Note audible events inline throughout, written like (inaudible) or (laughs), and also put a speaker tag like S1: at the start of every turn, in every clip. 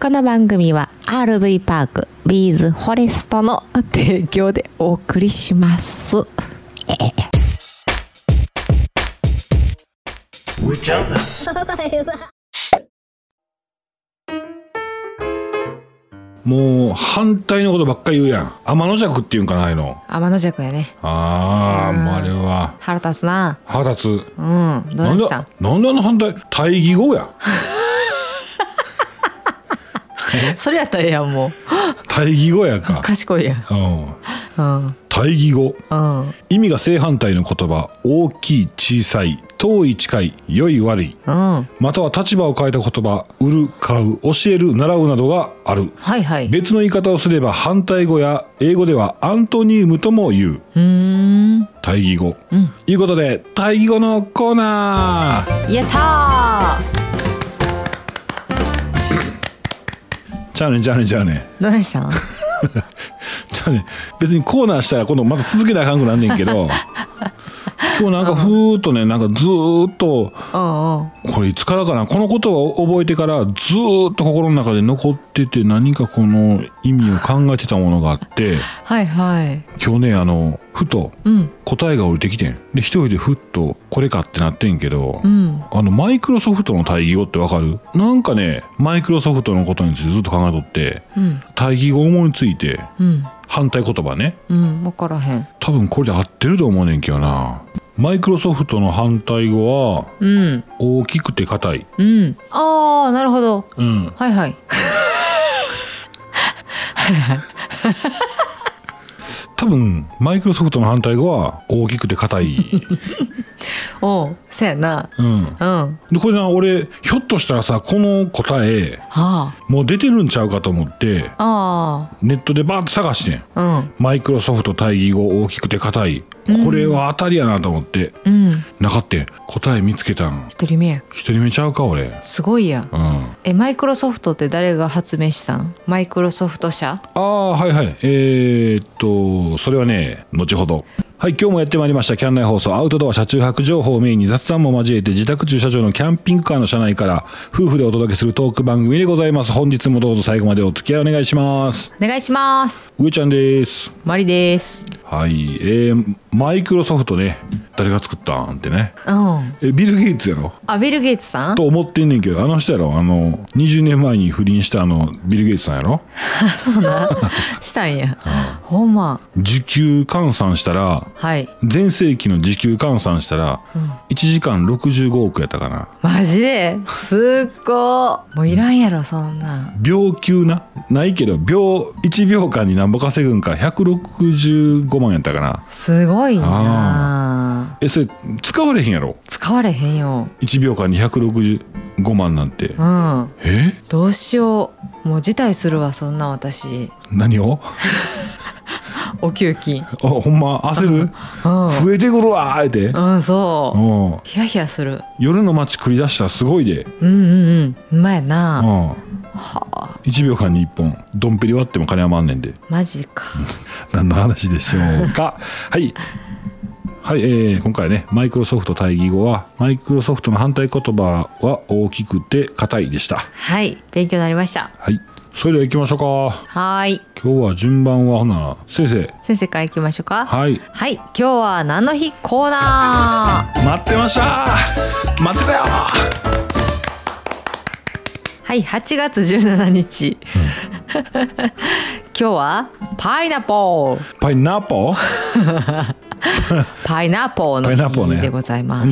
S1: この番組は RV パークビーズフォレストの提供でお送りします。
S2: もう反対のことばっかり言うやん天の弱っていうんかなああいうの
S1: 天の弱やね。
S2: ああ
S1: うん
S2: もうあれは
S1: 腹立つな。
S2: 腹立つ
S1: うん。ど
S2: な
S1: うんで
S2: で
S1: した
S2: なんであの反対対義語や
S1: それやったらええやん、もう。
S2: 対義語やか、
S1: 賢いやん。
S2: うん、
S1: うん。
S2: 対義語
S1: うん。
S2: 意味が正反対の言葉大きい小さい遠い近い良い悪い
S1: うん。
S2: または立場を変えた言葉売る買う教える習うなどがある
S1: はいはい。
S2: 別の言い方をすれば反対語や英語ではアントニウムとも言う
S1: うーん。
S2: 対義語、
S1: うん
S2: いうことで対義語のコーナー
S1: やった
S2: じゃあねじゃあねじゃあね
S1: (laughs) ーどうでしたん
S2: じゃあね別にコーナーしたら今度また続けなあかんくなんねんけ
S1: (laughs)
S2: ど今日なんかふーっとねなんかずーっと
S1: うんうん。
S2: これいつからかなこの言葉を覚えてからずーっと心の中で残ってて何かこの意味を考えてたものがあって
S1: はいはい。
S2: 今日ねあのふと
S1: うん。
S2: 答えが降りてきてんで一人でふっとこれかってなってんけど、
S1: うん。
S2: あのマイクロソフトの対義語ってわかるなんかねマイクロソフトのことについてずっと考えとって
S1: うん。
S2: 対義語思いついて
S1: うん。
S2: 反対言葉ね
S1: うん。わからへん。
S2: 多分これで合ってると思うねんけどなマイクロソフトの反対語は
S1: うん。
S2: 大きくて硬い
S1: うん。ああ、なるほど。
S2: うん
S1: はいはい。
S2: 多分マイクロソフトの反対語は大きくて
S1: (laughs)
S2: 硬い
S1: (laughs) おう、せやな。
S2: うん
S1: うん。
S2: でこれな俺ひょっとしたらさこの答え
S1: は
S2: もう出てるんちゃうかと思って
S1: あ。あ
S2: ネットでバーッと探してん
S1: あ。
S2: マイクロソフト対義語大きくて硬いこれは当たりやなと思って、
S1: うん。うん。
S2: なかってん答え見つけたん
S1: 一人目や。
S2: 一人目ちゃうか俺
S1: すごいやん。
S2: うんあ
S1: え、マイクロソフトって誰が発明したんマイクロソフト社
S2: あーはいはいえー、っとそれはね後ほどはい今日もやってまいりましたキャン内放送アウトドア車中泊情報をメインに雑談も交えて自宅駐車場のキャンピングカーの車内から夫婦でお届けするトーク番組でございます本日もどうぞ最後までお付き合いお願いします
S1: お願いします。
S2: 上ちゃんです
S1: マリです。
S2: はいえー、マイクロソフトね誰が作ったんってね
S1: うん。
S2: えビル・ゲイツやろ
S1: あ、ビル・ゲイツさん
S2: と思ってんねんけどあの人やろあの20年前に不倫したあのビル・ゲイツさんやろ
S1: そうな。したんや。ほんま。
S2: 時給換算したら
S1: はい。
S2: 全盛期の時給換算したら
S1: うん
S2: 1時間65億やったかな
S1: マジですっごもういらんやろ、そんなん。
S2: 秒給なないけど秒1秒間に何ぼ稼ぐんか165万やったかな
S1: すごいな
S2: えそれ使われへんやろ
S1: 使われへんよ。
S2: 1秒間に165万なんて
S1: うん。
S2: え
S1: どうしよう。もう辞退するわ、そんな私。
S2: 何を
S1: お給金。
S2: あほんま焦る
S1: う
S2: 増えてくるわーって
S1: ん。うん、そう。
S2: うん
S1: ヒヤヒヤする。
S2: 夜の街繰り出したらすごいで
S1: うんうんうん。うまいな。
S2: うん
S1: はあ。
S2: 1秒間に1本ドンペリ割っても金余んねんで
S1: マジか。
S2: 何の話でしょう
S1: (laughs)
S2: かはいはい、えー今回はねマイクロソフト対義語はマイクロソフトの反対言葉は大きくて硬いでした
S1: はい。勉強になりました。
S2: はいそれでは行きましょうか
S1: はーい。
S2: 今日は順番はほな先生
S1: 先生から行きましょうか。
S2: はい
S1: はい。今日は何の日コーナー。
S2: 待ってました待ってたよ
S1: はい。8月17日。 (laughs) 今日はパイナポー。
S2: パイナッポー
S1: パイナポーの
S2: パイナポー
S1: 日
S2: ね
S1: でございます。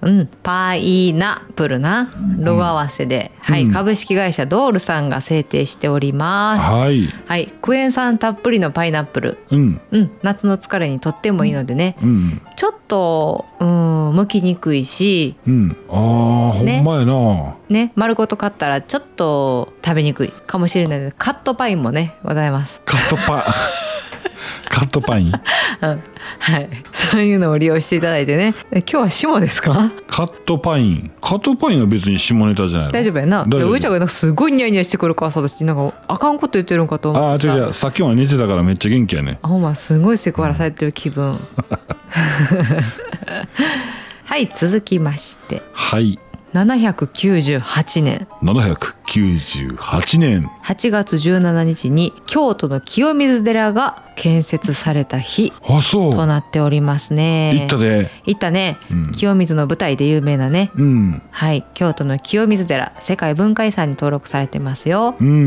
S1: うん、パイナップルなロゴ合わせで、はい、
S2: うん
S1: 株式会社ドールさんが制定しております。
S2: はい
S1: はい、クエン酸たっぷりのパイナップル。
S2: うん
S1: うん、夏の疲れにとってもいいのでね、
S2: うん
S1: ちょっとうん剥きにくいし、
S2: うんあーほん
S1: ね
S2: まやな、
S1: ね、丸ごと買ったらちょっと食べにくいかもしれないので、カットパインもねございます。
S2: カットパン (laughs) カットパイン
S1: うんはい、そういうのを利用していただいてね。え今日は霜ですか？
S2: カットパインカットパインは別に下ネタじゃない
S1: 大丈夫やな。
S2: 大丈夫
S1: で上ちゃんがなんかすごいニヤニヤしてくるからさ、私なんかあかんこと言ってるんかと
S2: あ
S1: 思
S2: あ
S1: ってさ。
S2: ー違う違うさっきまで寝てたからめっちゃ元気やね
S1: あほんますごいセクハラされてる気分。 (laughs) はい続きまして
S2: はい
S1: 798年
S2: 798 1998年
S1: 8月17日に京都の清水寺が建設された日
S2: あそう
S1: となっておりますね
S2: 行ったで
S1: 行ったね、
S2: うん
S1: 清水の舞台で有名なね
S2: うん
S1: はい京都の清水寺世界文化遺産に登録されてますよ
S2: うんうん
S1: う
S2: うん、う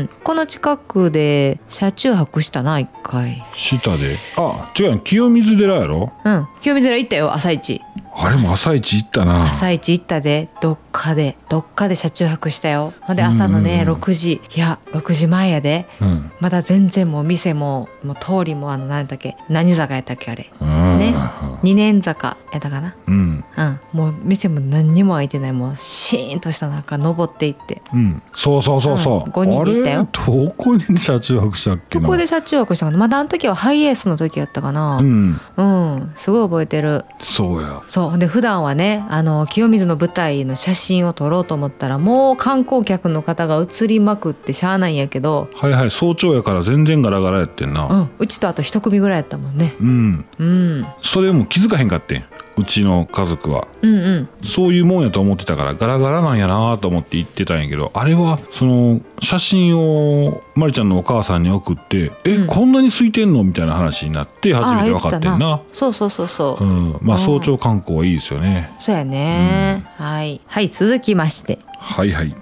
S2: ん、
S1: ん、この近くで車中泊したな一回
S2: したであ違うやん清水寺やろ
S1: うん清水寺行ったよ朝一
S2: あれも朝一行ったな
S1: 朝一行ったでどっかでどっかで車中泊したよほんで朝のね
S2: うんうんうん
S1: 6時いや6時前やで
S2: うん
S1: まだ全然もう店ももう通りもあの何だっけ何坂やったっけあれ
S2: うん
S1: ね二年坂やったかな
S2: うん
S1: うんもう店も何にも開いてないもうシーンとした中登っていって
S2: うんそうそうそうそう、
S1: うん五人で行ったよ
S2: あれどこに車中泊したっけ
S1: こ
S2: な
S1: こで車中泊したかなまだあの時はハイエースの時やったかな
S2: うん
S1: うん、すごい覚えてる
S2: そうや
S1: そうほんで普段はねあの清水の舞台の写真を撮ろうと思ったらもう観光客の方が写りまくってしゃあないんやけど
S2: はいはい早朝やから全然ガラガラやってん
S1: う
S2: な、
S1: んうちとあと一組ぐらいやったもんね、
S2: うん
S1: うん、
S2: それも気づかへんかってんうちの家族は
S1: うんうん
S2: そういうもんやと思ってたからガラガラなんやなと思って言ってたんやけどあれはその写真をまりちゃんのお母さんに送って「え、
S1: うん
S2: こんなに空いてんの?」みたいな話になって初めて分かってん
S1: あ
S2: な
S1: あ言ってたそうそうそうそう、
S2: うん、まあ
S1: うん
S2: 早朝観光はいいですよね
S1: そうやね、はい、はい、続きまして
S2: はいはい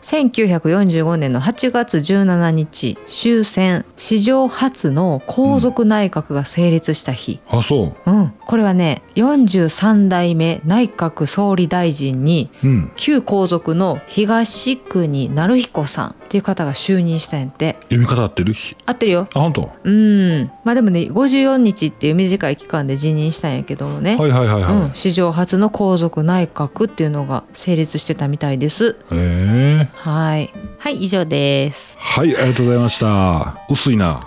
S1: 1945年の8月17日終戦史上初の皇族内閣が成立した日、
S2: あそ
S1: うん、これはね43代目内閣総理大臣に
S2: ううん
S1: 旧皇族の東国成彦さんっていう方が就任したんやって
S2: 読み方合ってるひ
S1: 合ってるよ
S2: あ本当は
S1: うんまあでもね54日っていう短い期間で辞任したんやけどもね、
S2: いはいはい
S1: うん
S2: は、
S1: 史上初の皇族内閣っていうのが成立してたみたいです
S2: い、へえ
S1: はいはい以上です
S2: はいありがとうございました薄いな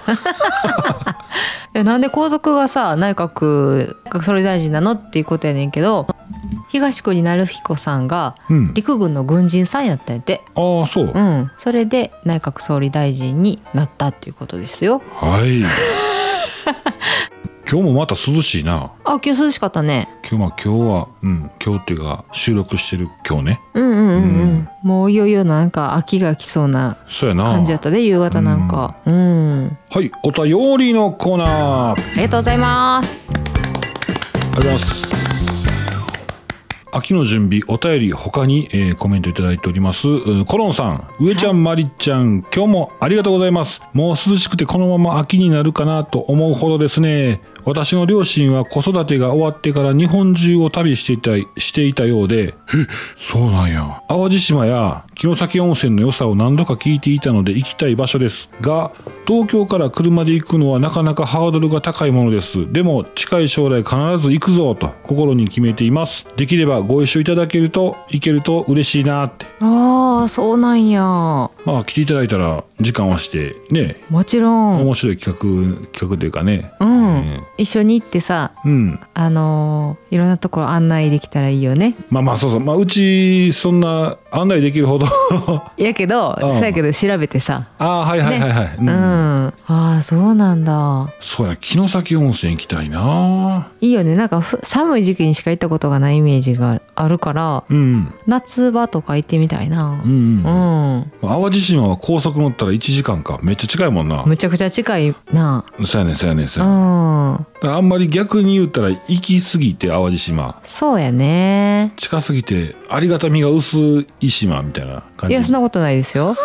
S1: えなんで皇族がさ内閣総理大臣なのっていうことやねんけど東国成彦さんが
S2: うん
S1: 陸軍の軍人さんやったんやって
S2: ああそう、
S1: うん、それで内閣総理大臣になったっていうことですよ。
S2: はい
S1: (laughs)
S2: 今日もまた涼しいな
S1: あ、今日涼しかったね。
S2: 今日まあ今日はうん今日っていうか収録してる今日ね
S1: うんうんうん、う、
S2: うん
S1: もういよいよなんか秋が来そうな
S2: そうやな
S1: 感じだったで、夕方なんか。うん、
S2: はいお便りのコーナーあり
S1: ありがとうございます。
S2: がとうございます秋の準備お便り他に、えーコメントいただいておりますうんコロンさん上ちゃんまりちゃん今日もありがとうございますもう涼しくてこのまま秋になるかなと思うほどですね私の両親は子育てが終わってから日本中を旅していたいしていたようでそうなんや淡路島や城崎温泉の良さを何度か聞いていたので行きたい場所ですが東京から車で行くのはなかなかハードルが高いものですでも近い将来必ず行くぞと心に決めていますできればご一緒いただけると行けると嬉しいなって
S1: ああ、そうなんや。
S2: まあ来ていただいたら時間はしてね
S1: もちろん。
S2: 面白い企画企画というかね
S1: うん、一緒に行ってさ、
S2: うん、うん
S1: あのーいろんなところ案内できたらいいよね。
S2: まあまあそうそうまあうちそんな案内できるほど (laughs) あ
S1: やけど、
S2: うん
S1: そうやけど調べてさ。
S2: あはいはいはいはい、
S1: うん、ああ、そうなんだ。
S2: そうやな城崎温泉行きたいない
S1: いよねなんかふ寒い時期にしか行ったことがないイメージがあるから
S2: うん
S1: 夏場とか行ってみたいな
S2: うんうん、
S1: う
S2: まあ
S1: ん、
S2: 淡路島は高速乗ったら1時間かめっちゃ近いもんな
S1: むちゃくちゃ近いな
S2: そうやねんそうやねんそううやねん
S1: ん
S2: だからあんまり逆に言ったら行き過ぎて淡路島
S1: そうやね
S2: 近すぎてありがたみが薄い島みたいな感
S1: い
S2: じ
S1: やそんなことないですよ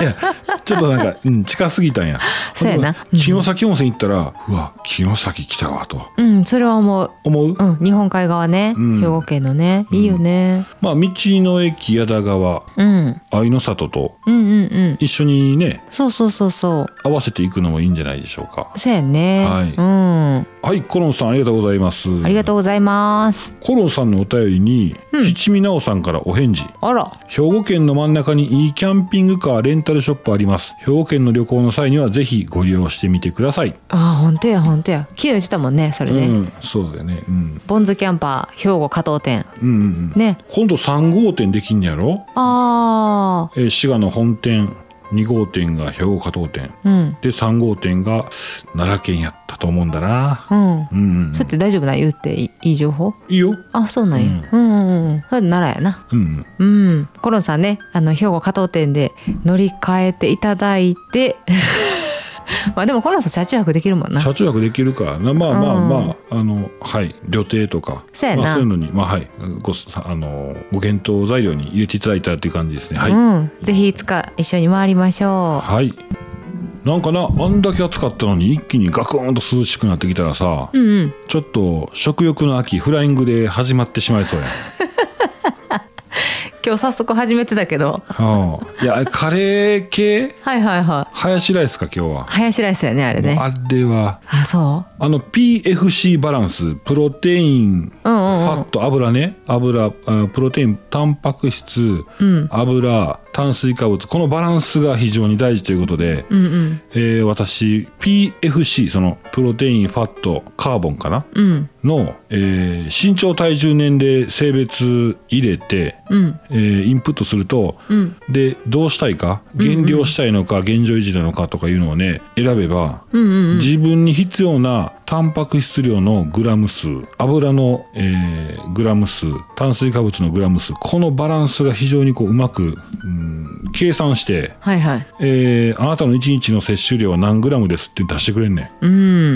S2: いやちょっとなん
S1: (laughs)
S2: か、うん、近すぎたんや
S1: そうやな
S2: でも城崎温泉行ったらうわ城崎来たわと
S1: うんそれは思う
S2: 思う、
S1: うん日本海側ね、
S2: うん
S1: 兵庫県のね
S2: うん
S1: いいよね、
S2: まあ道の駅矢田川
S1: うん、
S2: 愛の里と
S1: うんうんうん
S2: 一緒にね
S1: そうそうそうそ
S2: 合わせていくのもいいんじゃないでしょうか
S1: うそうやね、
S2: はい
S1: うん
S2: はい、コロンさんありがとうございます。
S1: ありがと
S2: う。
S1: うございます
S2: コロンさんのお便りに、
S1: うん
S2: 七味奈緒さんからお返事。
S1: あら
S2: 兵庫県の真ん中にいいキャンピングカーレンタルショップあります。兵庫県の旅行の際にはぜひご利用してみてください。
S1: あーほんとやほんとや昨日言ってたもんねそれね、
S2: うん、そうだよね。うん、
S1: ボンズキャンパー兵庫加藤店
S2: うん、うんうん。
S1: ね
S2: 今度3号店できんねやろ
S1: あ
S2: えー滋賀の本店、 2号店が兵庫加東店
S1: うん
S2: で3号店が奈良県やったと思うんだな
S1: うん
S2: うんうん
S1: それって大丈夫な言っていいいい情報
S2: いいよ
S1: あそうなんや、うん、うんうんうんそれ奈良やな
S2: うん
S1: うんコロンさんねあの兵庫加東店で乗り換えていただいて (laughs) まあでもコロンさん車中泊できるもんな
S2: 車中泊できるからなまあまあまあ、あのはい旅程とか
S1: そうやな
S2: まあ、そういうのにまあはいごあのご検討材料に入れていただいたっていう感じですねはい、
S1: うん、ぜひいつか一緒に回りましょ
S2: はいなんかなあんだけ暑かったのに一気にガクンと涼しくなってきたらさ、
S1: う。うんうん、
S2: ちょっと食欲の秋フライングで始まってしまいそうやん
S1: 今日早速始めてたけど、
S2: ああいやカレー系
S1: はいはいはい。
S2: ハヤシライスか今日は、
S1: ハヤシライスやねあれね。
S2: もうあれは
S1: あ、そ
S2: あの PFC バランスプロテイン
S1: う。うんうん
S2: フ
S1: う
S2: ァッ
S1: ん。
S2: ト油ね油あプロテインタンパク質、
S1: うん
S2: 油炭水化物このバランスが非常に大事ということで、
S1: うんうん
S2: えー私 PFC そのプロテインファットカーボンかな
S1: うん
S2: の、えー身長体重年齢性別入れて、
S1: うん
S2: えーインプットすると、
S1: うん
S2: でどうしたいか減量したいのか、現状維持なのかとかいうのをね選べば、
S1: うんうんうん。
S2: 自分に必要なタンパク質量のグラム数油の、えーグラム数炭水化物のグラム数このバランスが非常にこううまく、うん計算して、
S1: はいはい。
S2: えーあなたの1日の摂取量は何グラムですって出してくれんねん
S1: う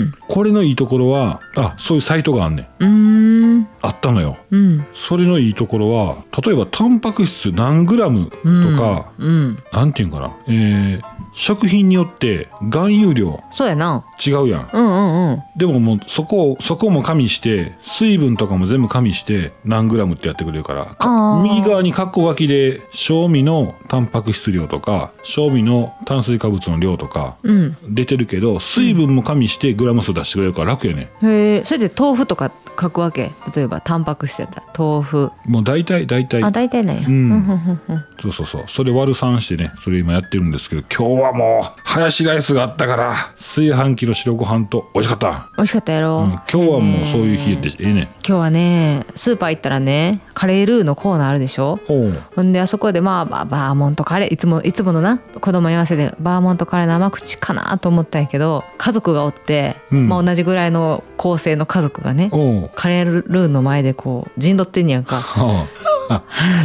S1: ん
S2: これのいいところはあそういうサイトがあんねん
S1: うーん
S2: あったのよ
S1: うん
S2: それのいいところは例えばタンパク質何グラムとか、
S1: うん。
S2: なんていうんかな、えー食品によって含有量
S1: そうやな。
S2: 違うやん
S1: うんうんうん。
S2: でももうそこをそこも加味して水分とかも全部加味して何グラムってやってくれるからか
S1: あー
S2: 右側に括弧書きで賞味のタンパク質量とか賞味の炭水化物の量とか
S1: うん。
S2: 出てるけど水分も加味してグラム数出してくれるから楽やね
S1: へえ。それで豆腐とか書くわけ。例えばタンパク質やったら豆腐。
S2: もう大体大体
S1: あ、大体なんや。
S2: うん
S1: うんうんうん
S2: そうそうそうそれ割る算してねそれ今やってるんですけど今日はもうハヤシライスがあったから炊飯器の白ご飯と美味しかった、
S1: 美味しかったや
S2: う
S1: ろ
S2: ん、。今日はもうそういう日で
S1: ね
S2: ええね
S1: 今日はねスーパー行ったらねカレールーのコーナーあるでしょ
S2: おう
S1: ほんであそこでまあババーモントカレーいつもいつものな子供に合わせてバーモントカレーの甘口かなと思ったんやけど家族がおって、
S2: うん
S1: まあ、同じぐらいの構成の家族がね
S2: おう
S1: カレールーの前でこう陣取ってんねやんか
S2: (laughs) は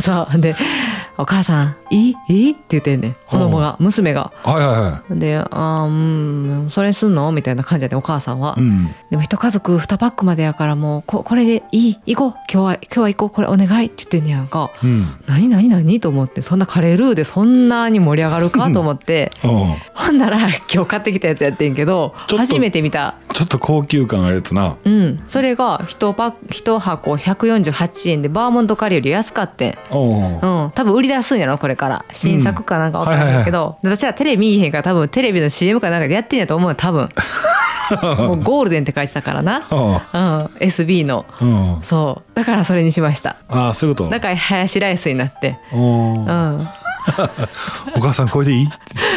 S1: そうで「お母さんいいいい?」って言ってんねん子供が娘が。
S2: あはいはいは
S1: で「あーうんそれすんの?」みたいな感じやでお母さんは。
S2: いうん
S1: でも一家族2パックまでやからもうここれでいい行こう今日は今日は行こうこれお願いって言ってんねやんか
S2: うん
S1: 何何何と思ってそんなカレールーでそんなに盛り上がるかと思って
S2: うん
S1: ほんなら今日買ってきたやつやってんけど
S2: ちょっと
S1: 初めて見た
S2: ちょっと高級感あるやつな。
S1: うんそれが1パック1箱148円でバーモントカレーより安かってん
S2: おう
S1: うん、多分売り出すんやろこれから新作かなんか分からないけど、私はテレビ見えへんから多分テレビの CM かなんかでやってんやと思うよ多 (laughs) 分もうゴールデンって書いてたからな、
S2: あ
S1: うん、SB の
S2: あ、うん。
S1: そうだからそれにしました
S2: ああ、そういうこと。
S1: だからハヤシライスになって
S2: お
S1: う
S2: ー
S1: ん
S2: お母さんこれでいい？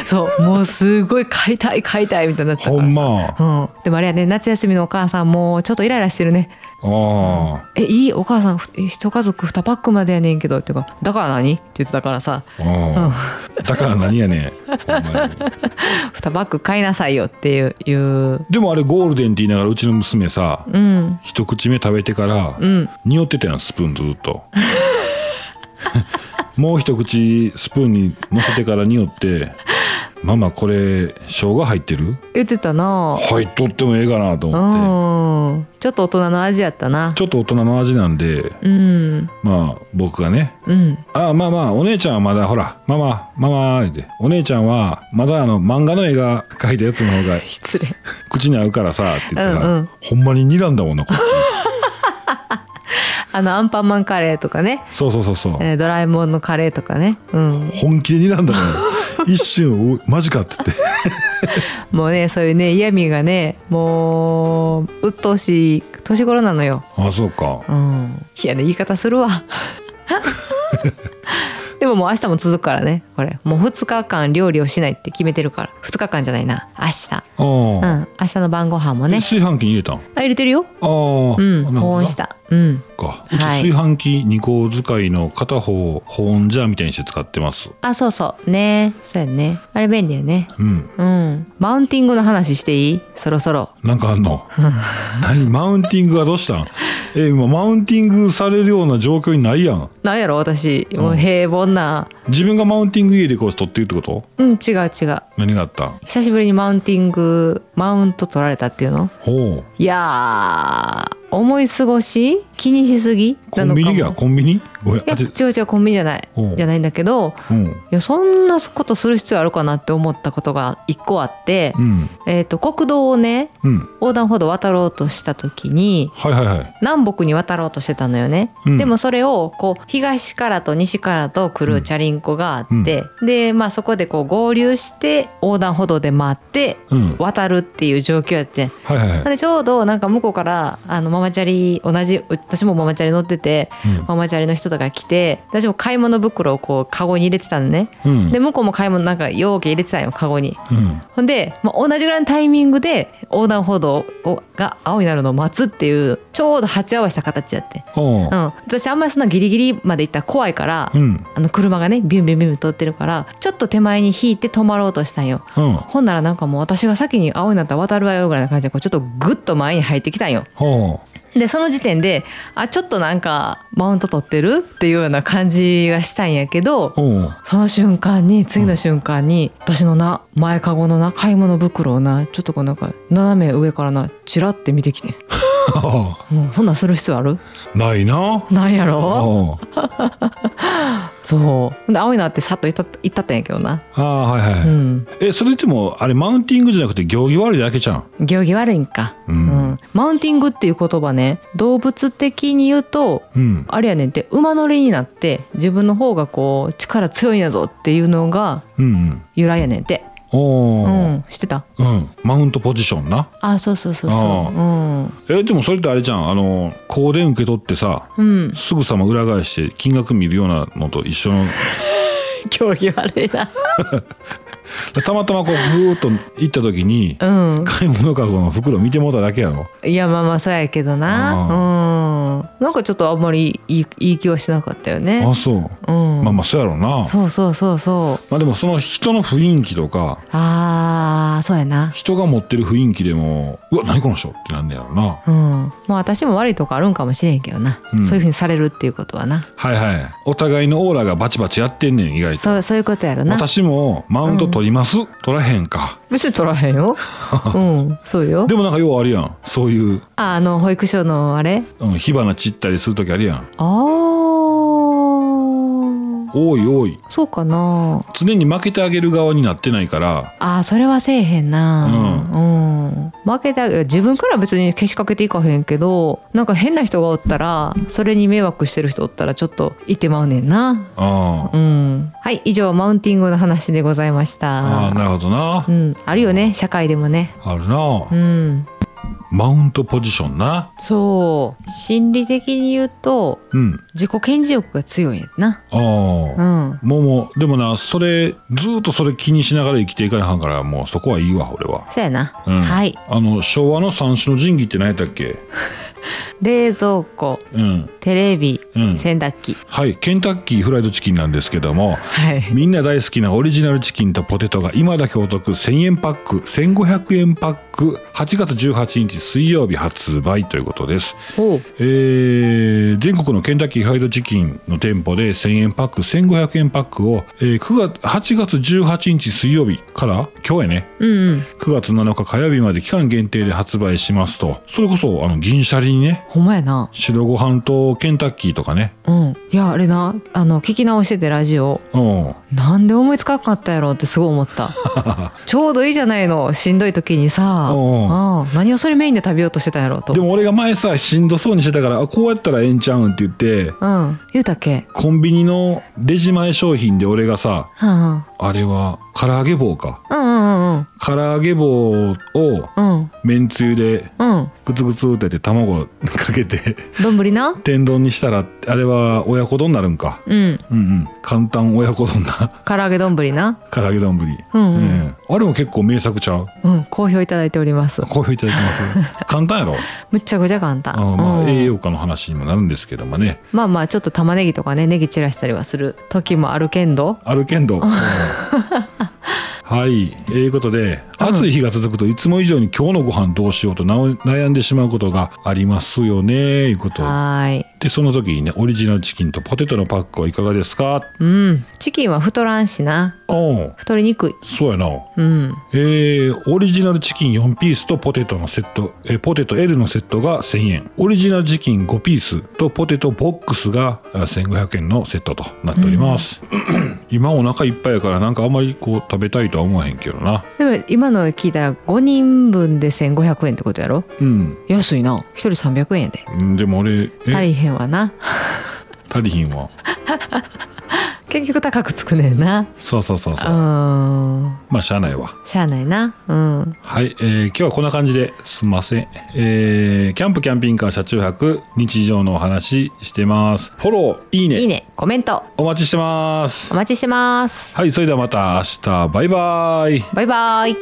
S1: そうもうすごい買いたい買いたいみたいになってたか
S2: ほ
S1: ら
S2: ん
S1: さ
S2: ま。
S1: うん、でもあれやね夏休みのお母さんもちょっとイライラしてるね
S2: あ
S1: 「えいいお母さんふ一家族2パックまでやねんけど」っていうか「だから何?」って言ってたからさ
S2: あ、うん。だから何や
S1: (laughs)
S2: ねん。ほんまに
S1: 「2パック買いなさいよ」っていういう
S2: でもあれゴールデンって言いながらうちの娘さ、
S1: うん
S2: 一口目食べてから
S1: うん
S2: 匂ってたやんスプーンずっと。 (laughs) もう一口スプーンに乗せてから匂って。ママこれ生姜入ってる
S1: 言ってたな
S2: 入っとってもええかな
S1: う
S2: と思っ
S1: ん
S2: て
S1: ちょっと大人の味やったな
S2: ちょっと大人の味なんで
S1: うん
S2: まあ僕がね
S1: うん
S2: ああまあまあお姉ちゃんはまだほらママママ言うてお姉ちゃんはまだあの漫画の絵が描いたやつの方
S1: (laughs)
S2: が
S1: 失礼
S2: 口に合うからさって言ったら、
S1: うんうん
S2: ほんまに睨んだもんなこっち
S1: あのアンパンマンカレーとかね
S2: そうそうそうそう、
S1: えードラえもんのカレーとかね、うん、
S2: 本気で睨んだもん一瞬おマジかって言って
S1: もうねそういうね嫌味がねもう鬱陶しい年頃なのよ、
S2: ああそうか
S1: うん、いやね言い方する (laughs) わでももう明日も続くからねこれもう2日間料理をしないって決めてるから2日間じゃないな明日
S2: ああ、
S1: うん明日の晩ご飯も
S2: え
S1: ね
S2: 炊飯器に入れたんあ
S1: あ入れてるよ
S2: あ、
S1: うん
S2: なるほど
S1: 保温したうん
S2: かうち
S1: はい
S2: 炊飯器2個使いの片方を保温ジャーみたいにして使ってます
S1: あそうそうねそうやねあれ便利やね
S2: うん
S1: うんマウンティングの話していいそろそろ
S2: なんかあ
S1: (laughs)
S2: んの何マウンティングはどうしたんえ今マウンティングされるような状況にないやん
S1: なんやろ私も
S2: う
S1: うん平凡な
S2: 自分がマウンティング家でこう取ってるってこと
S1: うん違う違う
S2: 何があったん
S1: 久しぶりにマウンティングマウント取られたっていうの
S2: ほう
S1: いやー思い過ごし気にしすぎ
S2: コ
S1: なのか
S2: ンビ
S1: も
S2: ニやコンビニごめん
S1: いや
S2: あて
S1: 違う違うコンビニじゃない
S2: うん
S1: じゃないんだけど
S2: うん
S1: いやそんなことする必要あるかなって思ったことが一個あって
S2: う、ん
S1: えー、と国道をね
S2: うん
S1: 横断歩道渡ろうとした時に
S2: はいはいはい
S1: 南北に渡ろうとしてたのよね、
S2: うん
S1: でもそれをこう東からと西からと来るチャリンコがあって、で、まあ、そこでこう合流して横断歩道で待って
S2: うん
S1: 渡るっていう状況やってん
S2: はいはい
S1: なん
S2: はい
S1: でちょうどなんか向こうからあのママチャリ同じ私もママチャリ乗っててママチャリの人とか来て私も買い物袋をこうカゴに入れてたのね
S2: うんうん
S1: で向こうも買い物なんか容器入れてたんよカゴに
S2: うん
S1: ほんで、まあ、同じぐらいのタイミングで横断歩道をが青になるのを待つっていうちょうど鉢合わせた形やって、
S2: お
S1: う
S2: う
S1: ん、私あんまりそんなギリギリまで行ったら怖いから、
S2: うん
S1: あの車がねビュンビュンビュンビュン通ってるからちょっと手前に引いて止まろうとしたんよ
S2: うん
S1: ほんならなんかもう私が先に青になったら渡るわよぐらいな感じでこうちょっとグッと前に入ってきたんよ
S2: おう
S1: でその時点であちょっとなんかマウント取ってるっていうような感じがしたんやけど
S2: おう
S1: その瞬間に次の瞬間に、私のな前かごのな買い物袋をなちょっとこうなんか斜め上からなチラって見てきてもうそんなんする必要ある (laughs)
S2: ないな
S1: なんやろ
S2: おう
S1: そうほんで青いなってさっと行った行ったったんやけどな
S2: ああはいはいはい、
S1: うん
S2: えそれでもあれマウンティングじゃなくて行儀悪いだけじゃん
S1: 行儀悪いんか、
S2: う
S1: うん
S2: ん
S1: マウンティングっていう言葉ね動物的に言うと
S2: うん
S1: あれやねんって馬乗りになって自分の方がこう力強いんやぞっていうのが
S2: うんうん
S1: 由来やねんって
S2: お
S1: う
S2: ー
S1: ん知ってた
S2: うん、マウントポジションな
S1: あそうそうそう
S2: あ
S1: そううん
S2: えでもそれってあれじゃんあの香典受け取ってさ
S1: うん
S2: すぐさま裏返して金額見るようなのと一緒の
S1: (laughs) 競技悪いな
S2: たまたまこうふーっと行った時に
S1: うん
S2: 買い物かごの袋見てもうただけやろ
S1: いやまあまあそうやけどなうんなんかちょっとあんまりいいいい気はしなかったよね
S2: あそう
S1: うん
S2: まあまあそうやろうな
S1: そうそうそうそう
S2: まあでもその人の雰囲気とか
S1: あーそうやな
S2: 人が持ってる雰囲気でもうわ何この人ってなんねやろうな
S1: うんまあ私も悪いとこあるんかもしれんけどな、
S2: うん
S1: そういうふうにされるっていうことはな
S2: はいはいお互いのオーラがバチバチやってんねん意外と
S1: そうそういうことやろな
S2: 私もマウント取ります、取らへんか
S1: 別に取らへん
S2: (laughs)
S1: ようんそうよ
S2: でもなんかようあるやんそういう、
S1: ああの保育所のあれ
S2: うん、火花散ったりする時あるやん
S1: あー
S2: おいおい
S1: そうかな
S2: 常に負けてあげる側になってないから
S1: あーそれはせえへんなうん、負けてあげ自分から別にけしかけていかへんけどなんか変な人がおったらそれに迷惑してる人おったらちょっと行ってまうねんな
S2: あ
S1: うんはい以上マウンティングの話でございました
S2: ああーなるほどな
S1: うん、あるよね社会でもね
S2: あるな
S1: うん
S2: マウントポジションな
S1: そう心理的に言うと
S2: うん
S1: 自己顕示欲が強いんやな
S2: あ
S1: う
S2: あも
S1: ん
S2: うもうでもなそれずーっとそれ気にしながら生きていかなあかんからもうそこはいいわ俺は、
S1: そうやな、
S2: うん、
S1: はい
S2: あの昭和の三種の神器って何やったっけ
S1: 冷蔵庫
S2: うん
S1: テレビ、
S2: うん
S1: 洗濯機
S2: はいケンタッキーフライドチキンなんですけども
S1: はい
S2: みんな大好きなオリジナルチキンとポテトが今だけお得1000円パック1500円パック8月18日水曜日発売ということです、
S1: おう
S2: えー全国のケンタッキーフライドチキンの店舗で1000円パック1500円パックを、えー9月8月18日水曜日から今日やね
S1: うんうん
S2: 9月7日火曜日まで期間限定で発売しますとそれこそあの銀シャリにね
S1: ほんまやな
S2: 白ご飯とケンタッキーとかね
S1: うんいやあれなあの聞き直しててラジオ
S2: うん
S1: なんで思いつかなかったやろってすごい思った (laughs) ちょうどいいじゃないのしんどい時にさ
S2: おう
S1: うん何をそれメインで食べようとしてたんやろと
S2: でも俺が前さしんどそうにしてたからあこうやったらええんちゃうんって言って
S1: うん言うたっけ
S2: コンビニのレジ前商品で俺がさ
S1: はんはん
S2: あれは唐揚げ棒か
S1: うんうん
S2: 唐揚げ棒を
S1: うんうん
S2: めんつゆで
S1: うん
S2: グツグツってやって卵かけて (laughs)
S1: 丼な
S2: 天丼にしたらあれは親子丼になるんか
S1: うん
S2: うんうん簡単親子丼な
S1: 唐揚げ丼な
S2: (laughs) 唐揚げ丼ぶり
S1: うんうん、
S2: ええあれも結構名作ちゃう
S1: うん、好評いただいております
S2: 好評いただき
S1: (laughs)
S2: ます簡単やろ
S1: むっちゃくちゃ簡単
S2: あーま
S1: う
S2: あ
S1: ん
S2: 栄養価の話にもなるんですけどもね
S1: まあまあちょっと玉ねぎとかねネギ散らしたりはする時もあるけんど
S2: あるけんど (laughs) はいえいうことで暑い日が続くといつも以上に今日のご飯どうしようとなお悩んでしまうことがありますよねいうこと
S1: はーい
S2: でその時にねオリジナルチキンとポテトのパックはいかがですか
S1: うんチキンは太らんしな
S2: おう
S1: 太りにくい
S2: そうやな
S1: うん
S2: えーオリジナルチキン4ピースとポテトのセット、えーポテト L のセットが1000円オリジナルチキン5ピースとポテトボックスがあ1500円のセットとなっております、今お腹いっぱいやからなんかあんまりこう食べたいとは思わへんけどな
S1: でも今の聞いたら5人分で1500円ってことやろ
S2: うん
S1: 安いな1人300円やで
S2: うんでも俺
S1: 足
S2: え
S1: りへんわな
S2: 足りひんわ
S1: 結局高くつくねんな
S2: そうそうそう
S1: う
S2: そう
S1: ーん
S2: まあしゃあないわ
S1: しゃあないなうん
S2: はい、えー今日はこんな感じですんません、えーキャンプキャンピングカー車中泊日常のお話してますフォローいいね
S1: いいねコメント
S2: お待ちしてます
S1: お待ちしてます
S2: はい、それではまた明日、バイバイ。
S1: バイバイ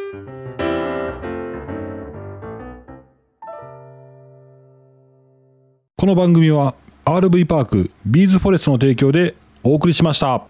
S2: この番組は RV パークビーズフォレストの提供でお送りしました。